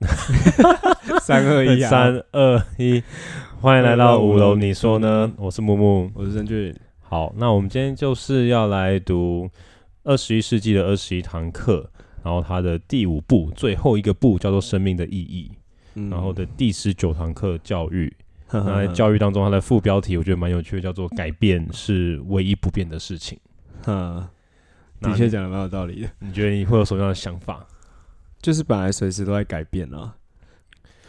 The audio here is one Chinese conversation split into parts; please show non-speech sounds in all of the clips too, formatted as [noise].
[laughs] 三二一啊！三二一，欢迎来到五楼，你说呢？我是木木。我是郑俊，好，那我们今天就是要来读二十一世纪的二十一堂课，然后它的第五部最后一个部叫做生命的意义，嗯然 [laughs] 后的第十九堂课教育。呵呵那在呵 [laughs] 教育当中，它的副标题我觉得蛮有趣的，叫做“改变是唯一不变的事情嗯”。那的确讲的蛮有道理的，你，你觉得你会有什么样的想法？就是本来随时都在改变啊。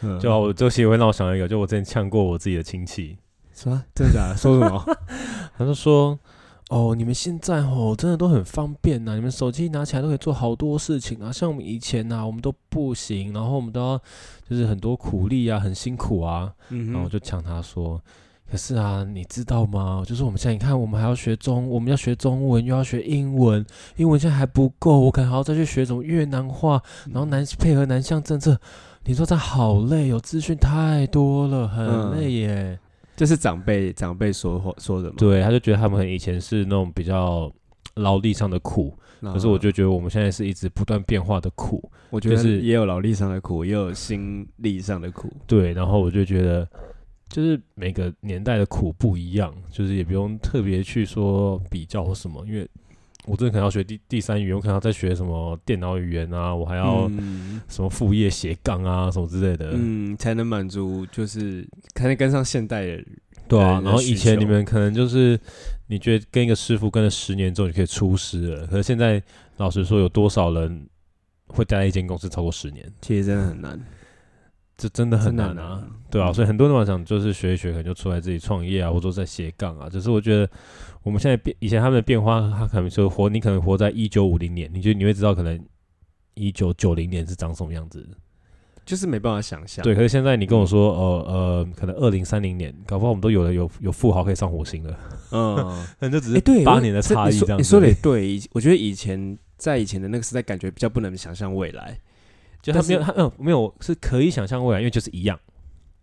嗯就我这期会让我想到一个，就我之前呛过我自己的亲戚，什么？真的假的？说什么？他就说：“哦，你们现在哦，真的都很方便啊呐、你们手机拿起来都可以做好多事情啊。像我们以前呐、我们都不行，然后我们都要就是很多苦力啊，很辛苦啊。 [laughs] 嗯然后我就呛他说：‘可是啊，你知道吗？就是我们现在你看，我们还要学中，我们要学中文，又要学英文，英文现在还不够，我可能还要再去学什么越南话，然后南配合南向政策。’你说这好累哦，资讯太多了，很嗯累耶。就是长辈长辈说话说的嘛。对，他就觉得他们以前是那种比较劳力上的苦，然后可是我就觉得我们现在是一直不断变化的苦。我觉得就是也有劳力上的苦，也有心力上的苦。对，然后我就觉得，就是每个年代的苦不一样，就是也不用特别去说比较或什么，因为我真的可能要学第第三语言，我可能要再学什么电脑语言啊，我还要嗯什么副业斜杠啊什么之类的。嗯，才能满足，就是才能跟上现代的人。对啊人，的然后以需前你求们可能就是你觉得跟一个师傅跟了十年之后，你可以出师了。可是现在老实说，有多少人会待在一间公司超过十年？其实真的很难，这真的很真的难很啊，难嗯对啊。所以很多人想就是学一学，可能就出来自己创业啊，或者说在斜杠啊。只是我觉得我们现在变，以前他们的变化，他可能就活，你可能活在一九五零年，你就你会知道可能一九九零年是长什么样子。就是没办法想象。对，可是现在你嗯跟我说，呃呃，可能二零三零年，搞不好我们都有了有有富豪可以上火星了。嗯，那就只哎，对，八我年的这差你异说这样你子说的而也已对，以我觉得以前在以前的那个时代，感觉比较不能想象未来。就他但没有是他嗯没有是可以想象未来，因为就是一样，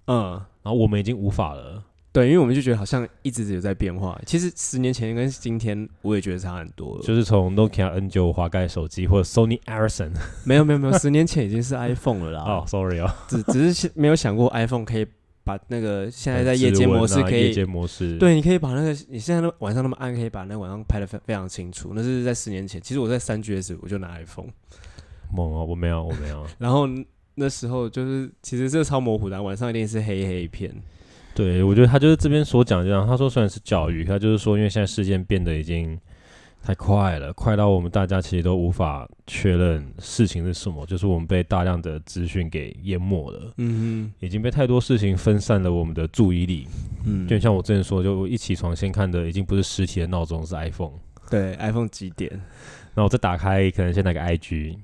嗯，然后我们已经无法了。对，因为我们就觉得好像一直有在变化。其实十年前跟今天，我也觉得差很多了。就是从 Nokia N 九滑盖手机或者 Sony Ericsson 没有没有没有，十年前已经是 iPhone 了啦。哦，sorry 哦，只只是没有想过 iPhone 可以把那个 [laughs] 现 [laughs] 在在夜指间纹模式啊可夜以，间模式，对，你可以把那个你现在那晚上那么暗，可以把那个晚上拍的非非常清楚。那是在十年前，其实我在三 GS 我就拿 iPhone，猛哦，我没有我没有， [laughs] 然后那时候就是其实这超模糊的啊，晚上一定是黑黑一片。对我觉得他就是这边所讲这样，他说虽然是教育，他就是说因为现在事件变得已经。太快了，快到我们大家其实都无法确认事情是什么，就是我们被大量的资讯给淹没了，嗯已经被太多事情分散了我们的注意力。哼，嗯就像我之前说，就我一起床先看的已经不是实体的闹钟，是 iPhone，对 iPhone 几点？然后我再打开，可能先来个 IG，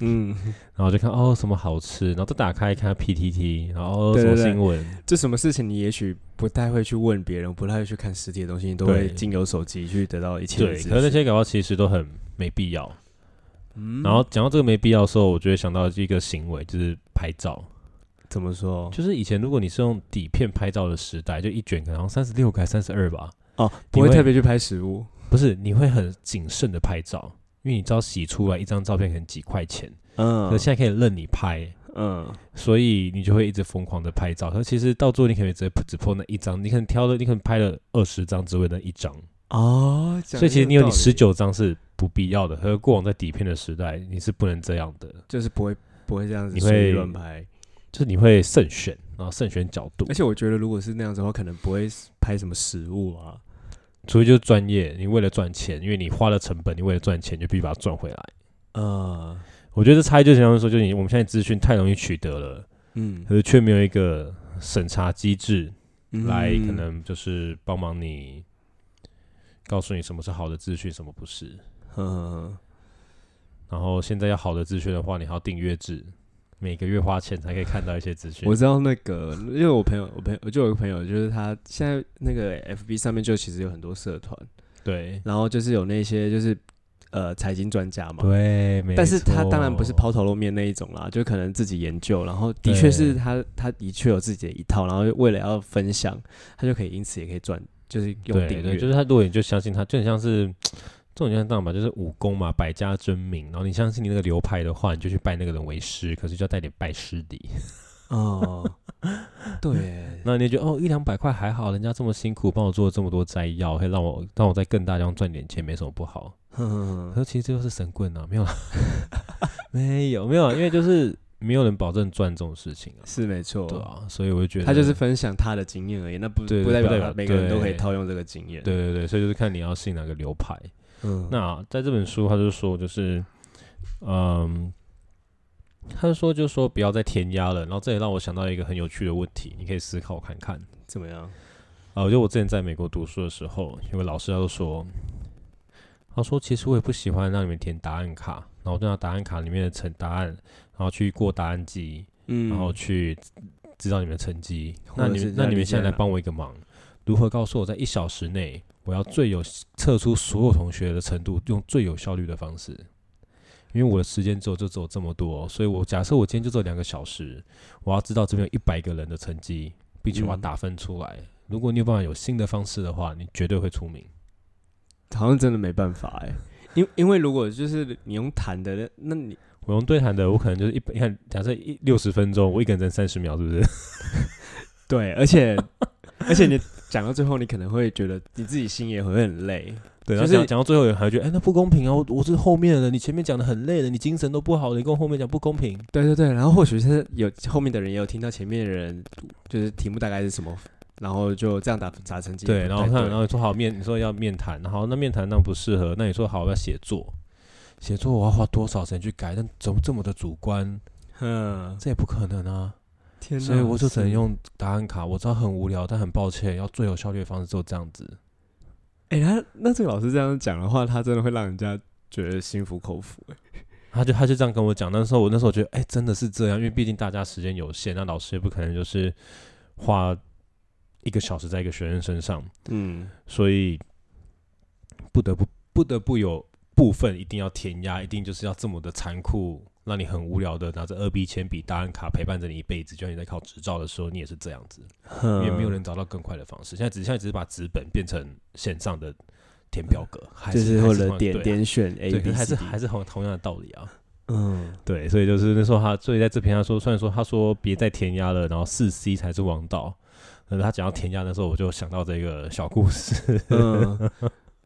嗯，然后就看哦什么好吃，然后再打开看 PTT，然后哦对什么对对新闻，这什么事情你也许不太会去问别人，不太会去看实体的东西，你都对会经由手机去得到一切的对，资可是那讯。些搞到其实都很没必要。嗯然后讲到这个没必要的时候，我就会想到一个行为，就是拍照。怎么说？就是以前如果你是用底片拍照的时代，就一卷可能三十六个还三十二吧，哦，不你会会特别去拍食物。不是，你会很谨慎的拍照，因为你知道洗出来一张照片可能几块钱，嗯可是现在可以任你拍。嗯，所以你就会一直疯狂的拍照。可是其实到最后，你可能只只破那一张，你可能挑了，你可能拍了二十张，只为那一张。哦，讲所以其实得你有道你理十九张是不必要的。和过往在底片的时代，你是不能这样的，就是不会不会这样子你随意会乱拍，就是你会慎选，然后慎选角度而。且我觉得如果是那样子的话，可能不会拍什么食物啊。除非就是专业，你为了赚钱，因为你花了成本，你为了赚钱就必须把它赚回来。呃，我觉得这差异就是像说，就是你我们现在资讯太容易取得了，嗯，可是却没有一个审查机制，嗯来可能就是帮忙你，告诉你什么是好的资讯，什么不是。嗯，然后现在要好的资讯的话，你还要订阅制，每个月花钱才可以看到一些资讯我。知道那个，因为我朋友，我朋友我就有个朋友，就是他现在那个 FB 上面就其实有很多社团，对然后就是有那些就是呃财经专家嘛，对，没但是他错当然不是抛头露面那一种啦，就可能自己研究，然后的确对是他他的确有自己的一套，然后为了要分享，他就可以因此也可以赚，就是用对订对，阅，就是他如果你就相信他，就很像是这种就像这样吧，就是武功嘛，百家争鸣。然后你相信你那个流派的话，你就去拜那个人为师，可是就要带点拜师礼。 [laughs] 哦，对， [laughs] 那你就觉得哦，一两百块还好，人家这么辛苦帮我做了这么多摘要，可以让我让我在更大地方赚点钱，没什么不好。哼可是其实这就是神棍啊， [laughs] 没有啦，没有没有啊，因为就是没有人保证赚这种事情啊，是没错，对啊，所以我就觉得他就是分享他的经验而已，那不对不代不代表表他每个人都可以对套用这个经验。对，对对，所以就是看你要信哪个流派。嗯，那在这本书，他就说，就是，嗯，他说就说不要再填鸭了。然后这也让我想到一个很有趣的问题，你可以思考看看。怎么样？啊，我觉得我之前在美国读书的时候，有个老师他就说，他说其实我也不喜欢让你们填答案卡，然后我就拿答案卡里面的成答案，然后去过答案机，嗯，然后去知道你们的成绩。或那者你是们那在你理们现解在来啦帮我一个忙，如何告诉我在一小时内，我要最有测出所有同学的程度，用最有效率的方式？因为我的时间只有就只有这么多，所以我假设我今天就只有两个小时，我要知道这边有一百个人的成绩，并且我要嗯打分出来。如果你有办法有新的方式的话，你绝对会出名。好像真的没办法哎，因因为如果就是你用弹的，那那你我用对谈的，我可能就是一你看，假设一六十分钟，我一个人才三十秒，是不是？对，而且 [laughs] 而且你讲到最后，你可能会觉得你自己心也会很累。对，就然后讲是讲到最后，有人还觉得，哎、那不公平啊！我我是后面的人，你前面讲的很累了，你精神都不好了，你跟我后面讲不公平。对对对，然后或许是有后面的人也有听到前面的人，就是题目大概是什么，然后就这样打打成绩也不太。对，然后看，然后你说好面，你说要面谈，然后那面谈那不适合，那你说好要写作，写作我要花多少时间去改？但怎么这么的主观？嗯，这也不可能啊！天哪，所以我就只能是。用答案卡。我知道很无聊，但很抱歉，要最有效率的方式就这样子。哎、他那这个老师这样讲的话，他真的会让人家觉得心服口服、哎，他就他就这样跟我讲，那时候我那时候觉得，哎、真的是这样，因为毕竟大家时间有限，那老师也不可能就是花一个小时在一个学生身上。嗯，所以不得不不得不有部分一定要填压，一定就是要这么的残酷，让你很无聊的拿着二 B 铅笔、答案卡陪伴着你一辈子。就像你在考执照的时候，你也是这样子，嗯因为没有人找到更快的方式。现在只现在只是把纸本变成线上的填表格，还就是还或是者同样点对啊点选 A 对，可 B 是还 C 是 D，还是同同样的道理啊。嗯，对，所以就是那时候他，所以在这篇他说，虽然说他说别再填鸭了，然后四 C 才是王道。呃，他讲到填鸭的时候，我就想到这个小故事。 [laughs] 嗯，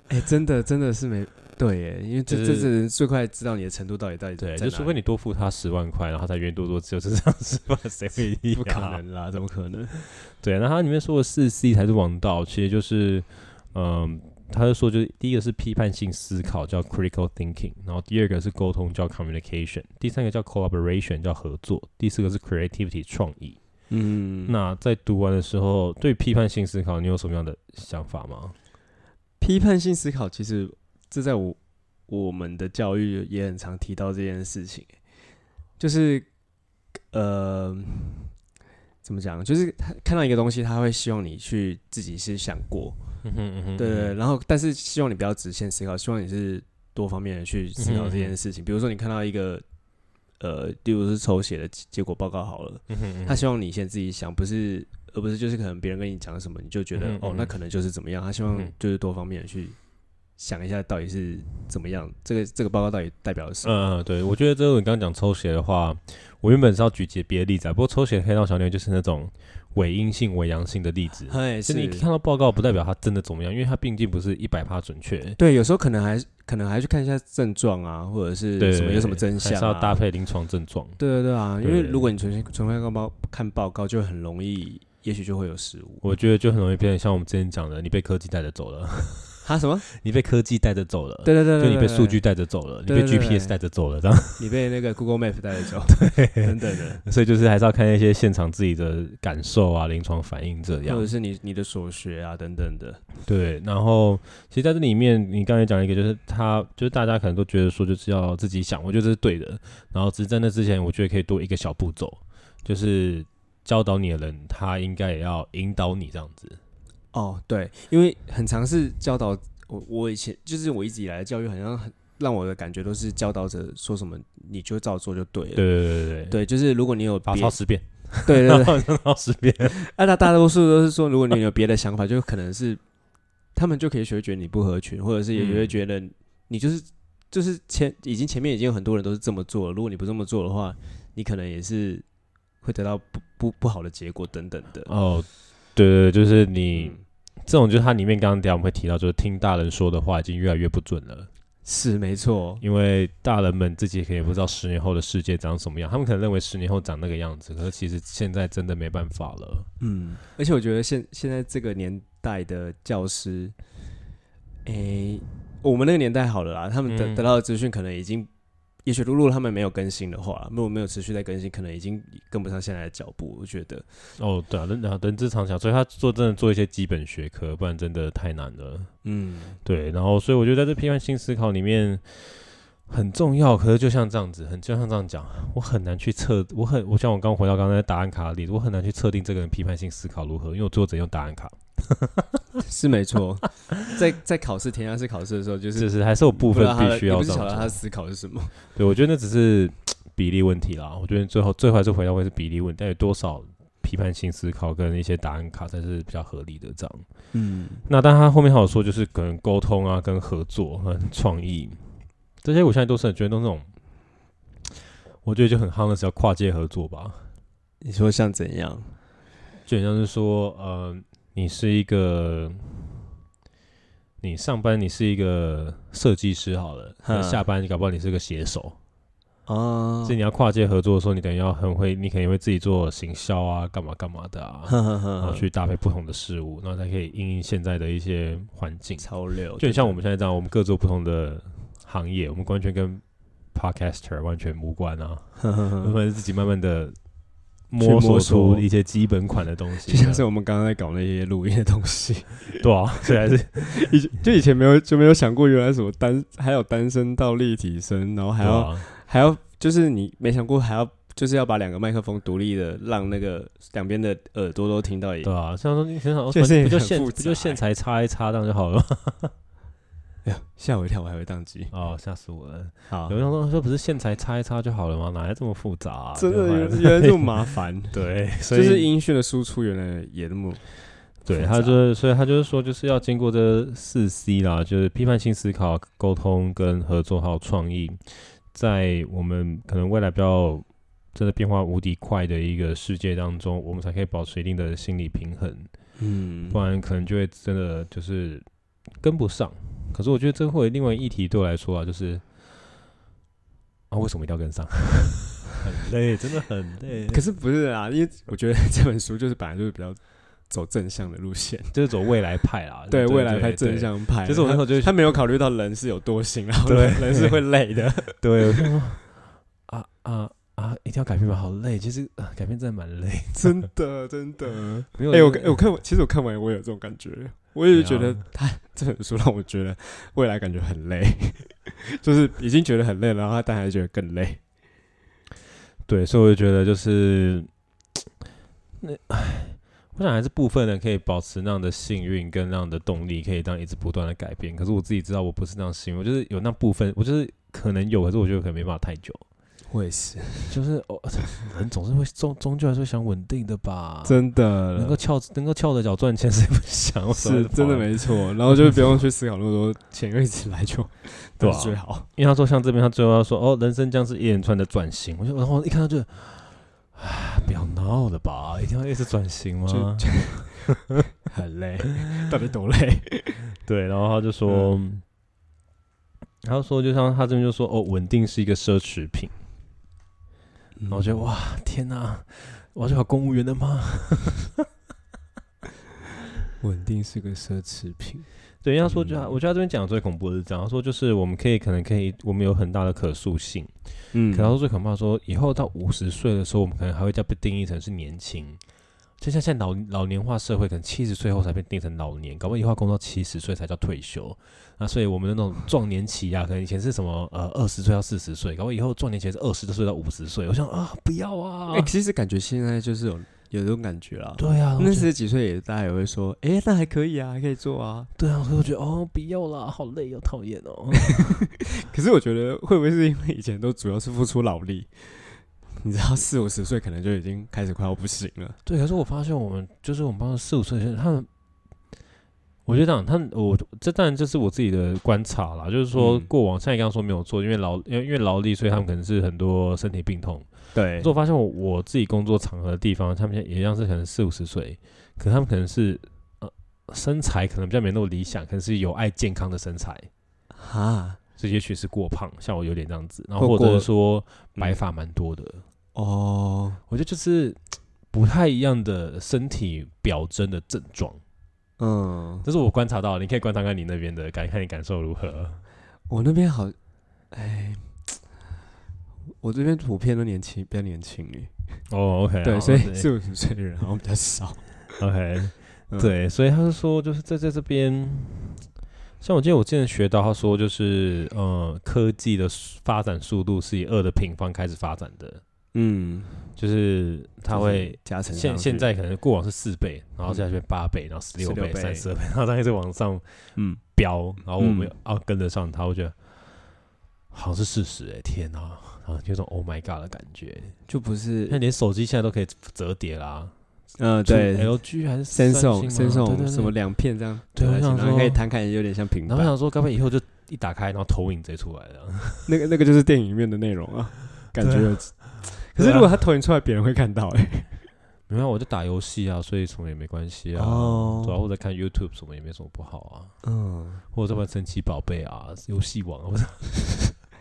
哎、真的真的是没对耶，因为这、就是这是最快知道你的程度到底到底对，在就除哪非里你多付他十万块，然后他才愿意多做只有这样子吧，谁会 [laughs] 意、啊？不可。能啦，怎么可能？对，那他里面说的四 C 才是王道，其实就是，嗯，他就说就是第一个是批判性思考叫 critical thinking，然后第二个是沟通叫 communication，第三个叫 collaboration 叫合作，第四个是 creativity 创意。嗯，那在读完的时候，对批判性思考你有什么样的想法吗？批判性思考，其实这在我我们的教育也很常提到这件事情，就是呃，怎么讲？就是他看到一个东西，他会希望你去自己是想过，嗯哼嗯哼对对，然后但是希望你不要直线思考，希望你是多方面的去思考这件事嗯情。比如说你看到一个呃，例如是抽血的结结果报告好了，嗯哼嗯他希望你先自己想，不是而不是就是可能别人跟你讲什么，你就觉得、嗯嗯哦嗯，那可能就是怎么样。他希望嗯就是多方面的去想一下到底是怎么样，这个这个报告到底代表了什么？嗯，嗯对，我觉得这个你刚刚讲抽血的话，我原本是要举别的例子啊，不过抽血的黑道小妞就是那种伪阴性、伪阳性的例子。哎、就是你看到报告不代表它真的怎么样，因为它毕竟不是一百趴准确。对，有时候可能还可能还去看一下症状啊，或者是对，什么有什么真还相是要搭啊？配临床症状。对对对啊，因为对如果你纯粹纯粹看报看报告，就很容易，也许就会有失误。我觉得就很容易变成像我们之前讲的，你被科技带着走了， [laughs] 哈什么？你被科技带着走了， [laughs] 对对对对就你被对数据带着走了，你被对对对 GPS 带着走了，这样。 [laughs] 你被那个 Google Map 带着 [laughs] 走，等等的，所以就是还是要看一些现场自己的感受啊、临床反应这样或者。是你你的所学啊等等的，对，然后其实在这里面，你刚才讲一个，就是他就是大家可能都觉得说，就是要自己想，我觉得这是对的。然后只是在那之前，我觉得可以多一个小步骤，就是教导你的人，他应该也要引导你这样子。哦，对，因为很常是教导我，我以前就是我一直以来的教育，好像很让我的感觉都是教导者说什么你就照做就对了。对对对对对，对就是如果你有把别抄十遍， [laughs] [laughs] 对对对，抄十遍。 [laughs] 啊，大大多数都是说，如果你有别的想法，就可能是他们就可以学会觉得你不合群，或者是也嗯会觉得你就是就是前已经前面已经有很多人都是这么做了，如果你不这么做的话，你可能也是会得到不不不好的结果等等的。哦，对对对，就是你、嗯这种，就是它里面刚刚讲我们会提到，就是听大人说的话已经越来越不准了，是没错，因为大人们自己可能也不知道十年后的世界长什么样，他们可能认为十年后长那个样子，可是其实现在真的没办法了。嗯，而且我觉得现现在这个年代的教师，诶、我们那个年代好了啦，他们得、嗯得到的资讯可能已经，也许如果他们没有更新的话，如果没有持续在更新，可能已经跟不上现在的脚步。我觉得，哦，对啊，人啊人之常情，所以他做真的做一些基本学科，不然真的太难了。嗯， [laughs] 对，然后所以我觉得在这批判性思考里面很重要。可是就像这样子，很就像这样讲，我很难去测，我很我像我刚回到刚才答案卡的例子，我很难去测定这个人批判性思考如何，因为我最后只能用答案卡，是没错。在在考试填鸭式考试的时候，就是就是还是有部不分知道他必的须你要不是这晓得样他做的。思考是什么。对，我觉得那只是比例问题啦。我觉得最后最后还是回到会是比例问题，但有多少批判性思考跟一些答案卡才是比较合理的这样。嗯，那但他后面还有说，就是可能沟通啊、跟合作、跟创意这些，我现在都是很觉得都是那种，我觉得就很夯的是要跨界合作吧。你说像怎样？就很像是说，呃，你是一个，你上班你是一个设计师好了，那嗯下班你搞不好你是个写手，哦所以你要跨界合作的时候，你等于要很会，你肯定会自己做行销啊、干嘛干嘛的啊，呵呵然呵后呵，去搭配不同的事物，然后才可以应应现在的一些环境。潮流就很像我们现在这样，我们各做不同的行业，我们完全跟 podcaster 完全无关啊，呵呵我呵们自己慢慢的去摸摸索出索一些基本款的东西，就像是我们刚刚在搞那些录音的东西。对啊，所以还是以前就以前没有就没有想过，原来什么单还有单声道立体声，然后 [laughs] 还对要、啊，还要就是你没想过还要就是要把两个麦克风独立的，让那个两边的耳朵都听到也。对啊，像说你很少，这是不就很线复不杂就线欸材插一插这样就好了哎呀，吓我一跳，我还会宕机。 [laughs] 哦，吓死我了！好有，人说说不是线材插一插就好了吗？哪来这么复杂啊？真的就好原像原来这么麻烦， [laughs] 对，所就以是音讯的输出原来也那么对复他杂就是，所以他就是说，就是要经过这四 C 啦，就是批判性思考、沟通跟合作，还有创意，在我们可能未来比较真的变化无敌快的一个世界当中，我们才可以保持一定的心理平衡，嗯不然可能就会真的就是跟不上。可是我觉得这会有另外一个议题对我来说啊，就是啊，为什么一定要跟上？ [laughs] 很累，真的很累。可是不是啊，因为我觉得这本书就是本来就是比较走正向的路线，就是走未来派啦，对未来派对正向派。就是我那时候就会他他没有考虑到人是有多行，然后对人人是会累的。对，我就说啊啊啊，一定要改变吗？好累，其实、啊、改变真的蛮累。真的，真 [laughs] 的。没有，哎、我就是看我看完，其实我看完我也有这种感觉，我也觉对得啊他这本书让我觉得未来感觉很累， [laughs] 就是已经觉得很累了，然后他但还觉得更累。对，所以我就觉得就是，那唉，我想还是部分人可以保持那样的幸运跟那样的动力，可以这样一直不断的改变。可是我自己知道我不是那样幸运，我就是有那部分，我就是可能有，可是我觉得可能没办法太久。我也是，就是哦， [laughs] 人总是会终终究还是会想稳定的 [laughs] 吧。真的能够翘能够翘着脚赚钱，谁 [laughs] 不想？我手还是真跑的来没 [laughs] 错，然后就不用去思考那么多，钱一直来就对都啊是最好。因为他说像这边，他最后要说哦，人生将是一连串的转型。我就然后一看到就，唉，不要闹了吧，一定要一直转型吗？就很累，到底多累？ [laughs] 对，然后他就说，他就说就像他这边就说哦，稳定是一个奢侈品。然后我觉得哇，天哪、我要去考公务员的吗？稳定是个奢侈品。对，因为他说就他嗯我觉得他这边讲的最恐怖的是这样，他说就是我们可以可能可以，我们有很大的可塑性。嗯可能最可怕的说，以后到五十岁的时候，我们可能还会再被定义成是年轻。就像现在老老年化社会，可能七十岁后才被定成老年，搞不好以后要工作七十岁才叫退休。那所以我们的那种壮年期啊，可能以前是什么呃二十岁到四十岁，搞不好以后壮年期是二十岁到五十岁。我想啊，不要啊哎、，其实感觉现在就是有有这种感觉啦。对啊，那我觉得四十几岁也大家也会说，哎、那还可以啊，还可以做啊。对啊，所以我觉得哦，不要啦，好累哦，讨厌哦。可是我觉得会不会是因为以前都主要是付出劳力， [laughs] 你知道四五十岁可能就已经开始快要不行了。对，可是我发现我们就是我们班的四五岁的人，他们，我我觉得这样，他们我这当然这是我自己的观察啦，就是说嗯过往像你刚刚说没有错，因为劳因为因为劳力，所以他们可能是很多身体病痛。对可是我发现我我自己工作场合的地方，他们现在也一样是可能四五十岁，可他们可能是呃身材可能比较没那么理想，可能是有爱健康的身材，哈这也许是过胖，像我有点这样子，然或后或者过是说白嗯发蛮多的，哦，我觉得就是不太一样的身体表征的症状。嗯，这是我观察到的，你可以观察看你那边的感，看你感受如何。我那边好，哎，我这边普遍都年轻，比较年轻女，哦、o k 对，所以四五十岁的人好像比较少。 OK，、嗯对，所以他就说，就是在在这边，像我记得我之前学到，他说就是呃，科技的速发展速度是以二的平方开始发展的，嗯，就是它就是会。加成上现去现在可能过往是四倍，然嗯后现在变八倍，然后十六16倍、倍三十二倍，然后它一直往上嗯，飙，然后我们嗯要跟得上它，我觉得好像是事实哎、天啊，然后有种 Oh my God 的感觉。就不那是连手机现在都可以折叠啦，呃就对。 ，LG 还是哎三星嘛 Samsung 对对 Samsung 对什么两片这样对折在一起，我想然后可以说摊开，有点像平然后我板。想说，该不会以后就一打开，然后投影直接出来了？那个那个就是电影里面的内容啊，感觉对啊有。可是如果他投影出来，别人会看到哎。没有啊，我就打游戏啊，所以什么也没关系啊。哦主要或者看 YouTube 什么也没什么不好啊，嗯，或者在玩神奇宝贝啊、游戏王啊，我操，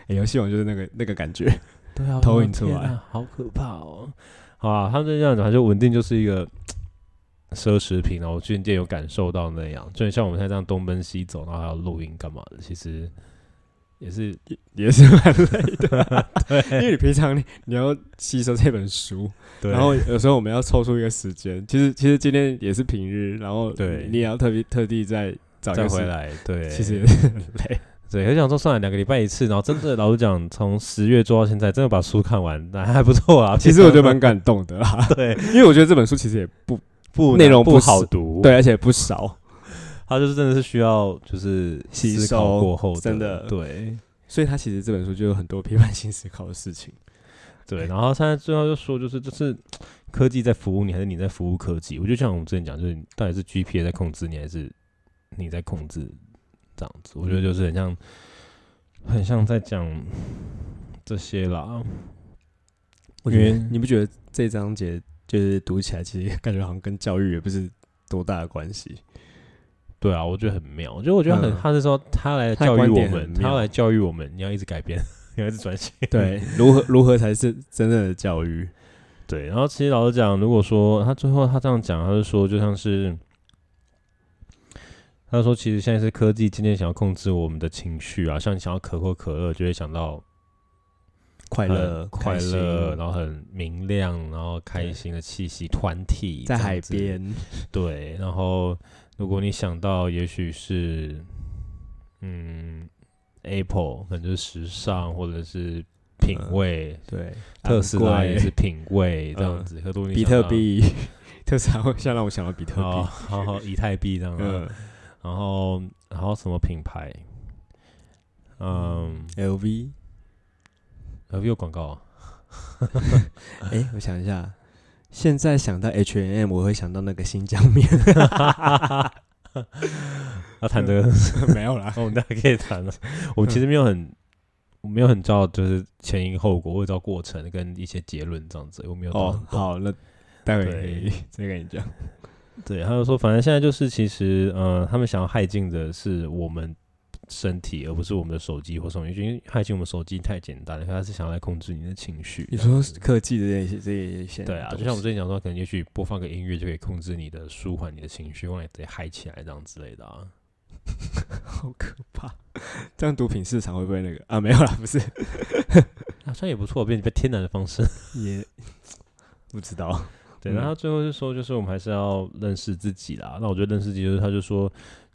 欸游戏王就是那个那个感觉。对啊，投我的影出天来啊，好可怕哦。好啊，他们就这样子，他就稳定就是一个奢侈品啊。我最近有感受到那样，就很像我们现在这样东奔西走，然后还要录音干嘛的，其实也 [laughs] 是也也是蛮累的、 [laughs] 因为你平常你你要吸收这本书，对然后有时候我们要抽出一个时间，其实其实今天也是平日，然后对你也要特别特地再找一再个时回，来，对，其实也是很累。对，很想说算了，两个礼拜一次，然后真的老实讲，从十月做到现在，真的把书看完，那还不错 [laughs] [laughs] 啊。其实我觉得蛮感动的啦， [laughs] 对，因为我觉得这本书其实也不不内容不不好是读，对，，而且不少，它就是真的是需要就是吸思考收过后真的的，对所以他其实这本书就有很多批判性思考的事情。对。然后现在最后就说，就是就是科技在服务你，还是你在服务科技？我就像我们之前讲，就是你到底是 GPA 在控制你，还是你在控制这样嗯子？我觉得就是很像，很像在讲这些啦。我觉得因为你不觉得这章节就是读起来，其实 [laughs] 感觉好像跟教育也不是多大的关系？对啊，我觉得很妙。我觉得，我觉得很，嗯他是说他来他教育观我点们，很他妙来教育我们，你要一直改变， [laughs] 你要一直转型。对，嗯如何如何才是真正的教育？对，然后其实老实讲，如果说他最后他这样讲，他就说就像是，他说其实现在是科技渐渐想要控制我们的情绪啊，像你想要可口可乐，就会想到快很乐、呃快开心乐，然后很明亮，然后开对心的气息，团体在这样海子边，对，然后如果你想到，也许是嗯，Apple 可能就是时尚或者是品嗯味，对，特斯拉昂也贵是品味这样嗯子。可多比特，币，特斯拉会像让我想到比特哦，币，好好以太币这样子。嗯然后，然后什么品牌？嗯， [laughs] ，LV，有没有广告啊？ [laughs] 哎，我想一下，现在想到 H&M，我会想到那个新疆 [laughs] 棉，要谈嗯这个， [laughs] 没有啦，我们大家可以谈了。我其实没有很。我没有很知道，就是前因后果，我也知道过程跟一些结论这样子，我没有到哦很，懂好，那待会可对以再跟你讲，对，他就说，反正现在就是其实，呃，他们想要害进的是我们身体，而不是我们的手机或什么，因为害进我们手机太简单了，可他是想要来控制你的情绪。你这样说子科技的这些这些，对啊，就像我们之前讲说，可能也许播放个音乐就可以控制你的舒缓你的情绪，让你直接嗨起来这样之类的啊。 [laughs] 好可怕，这样毒品市场会不会那个啊？没有啦，不 [laughs] 是，好啊像也不错，变比较天然的方式。也 [laughs] 不知道，对，嗯然后他最后就说，就是我们还是要认识自己啦。那我觉得认识自己，就是他就说，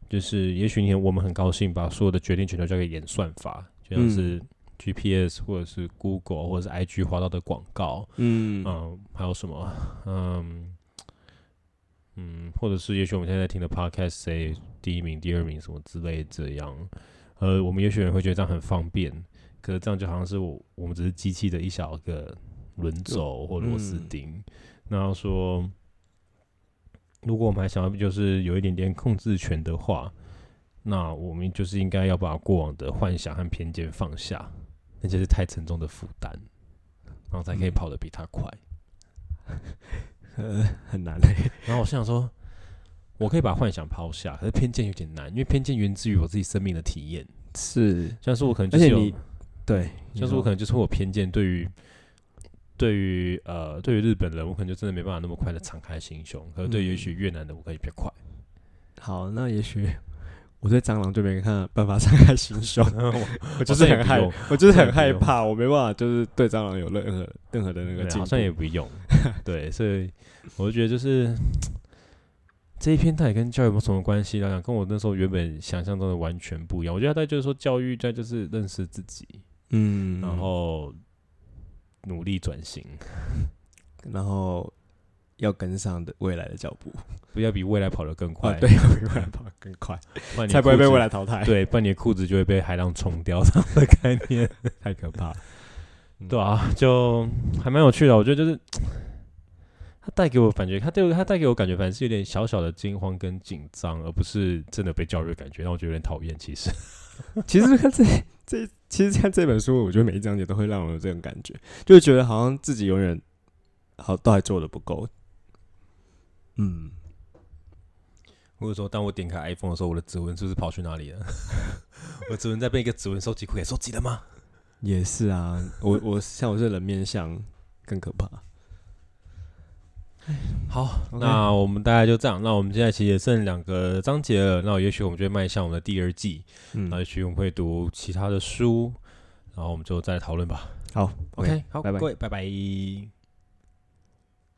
就是也许你很我们很高兴把所有的决定全都交给演算法，就像是 GPS 或者是 Google 或者是 IG 滑到的广告，嗯嗯、还有什么，嗯嗯，或者是也许我们现在在听的 Podcast 谁第一名、第二名什么之类的这样，呃，我们也许有人会觉得这样很方便，可是这样就好像是我我们只是机器的一小个轮轴或螺丝嗯钉。然后说，如果我们还想要就是有一点点控制权的话，那我们就是应该要把过往的幻想和偏见放下，那些是太沉重的负担，然后才可以跑得比他快。嗯呃，很 [laughs] 难嘞、然后我心想说，我可以把幻想抛下，可是偏见有点难，因为偏见源自于我自己生命的体验。是，像是我可能就而是且有你对，像你是我说可能就是会有偏见，对于对于呃对于日本人，我可能就真的没办法那么快的敞开心胸，可是嗯对于也许越南的，我可以比较快。好，那也许我对蟑螂就没看办法敞开心 [laughs] 胸，我就是好像也很不害用，我就是好像很也害不用怕，我没办法，就是对蟑螂有任何任何的那个对进好像也步。不用。 [laughs] 对，所以我就觉得就是这一篇到底跟教育有没有什么关系来讲，跟我那时候原本想象中的完全不一样。我觉得它就是说教育，它就是认识自己，嗯，然后努力转型，然后要跟上的未来的脚步，不要比未来跑得更啊快，，对， [laughs] 要比未来跑得更快，不然你才不会被裤子未来淘汰。对，不然你的裤子就会被海浪冲掉，这样的概念太可怕了。对啊，就还蛮有趣的。我觉得就是它带给我感觉，它对我它带给我感觉，反正是有点小小的惊慌跟紧张，而不是真的被教育的感觉，让我觉得有点讨厌。其实，其实看这这，其实看这本书，我觉得每一章节都会让我有这种感觉，就觉得好像自己永远好都还做的不够。嗯，或者说， [laughs] 当我点开 iPhone 的时候，我的指纹是不是跑去哪里了？ [laughs] 我指纹在被一个指纹收集库给收集了吗？也是啊，我我像我这人面相更可怕。好 OK 那我们大概就这样。那我们现在其实也剩两个章节了，那也许我们就会迈向我们的第二季。嗯那也许我们会读其他的书，然后我们就再讨论吧。好好，拜拜各位，拜拜。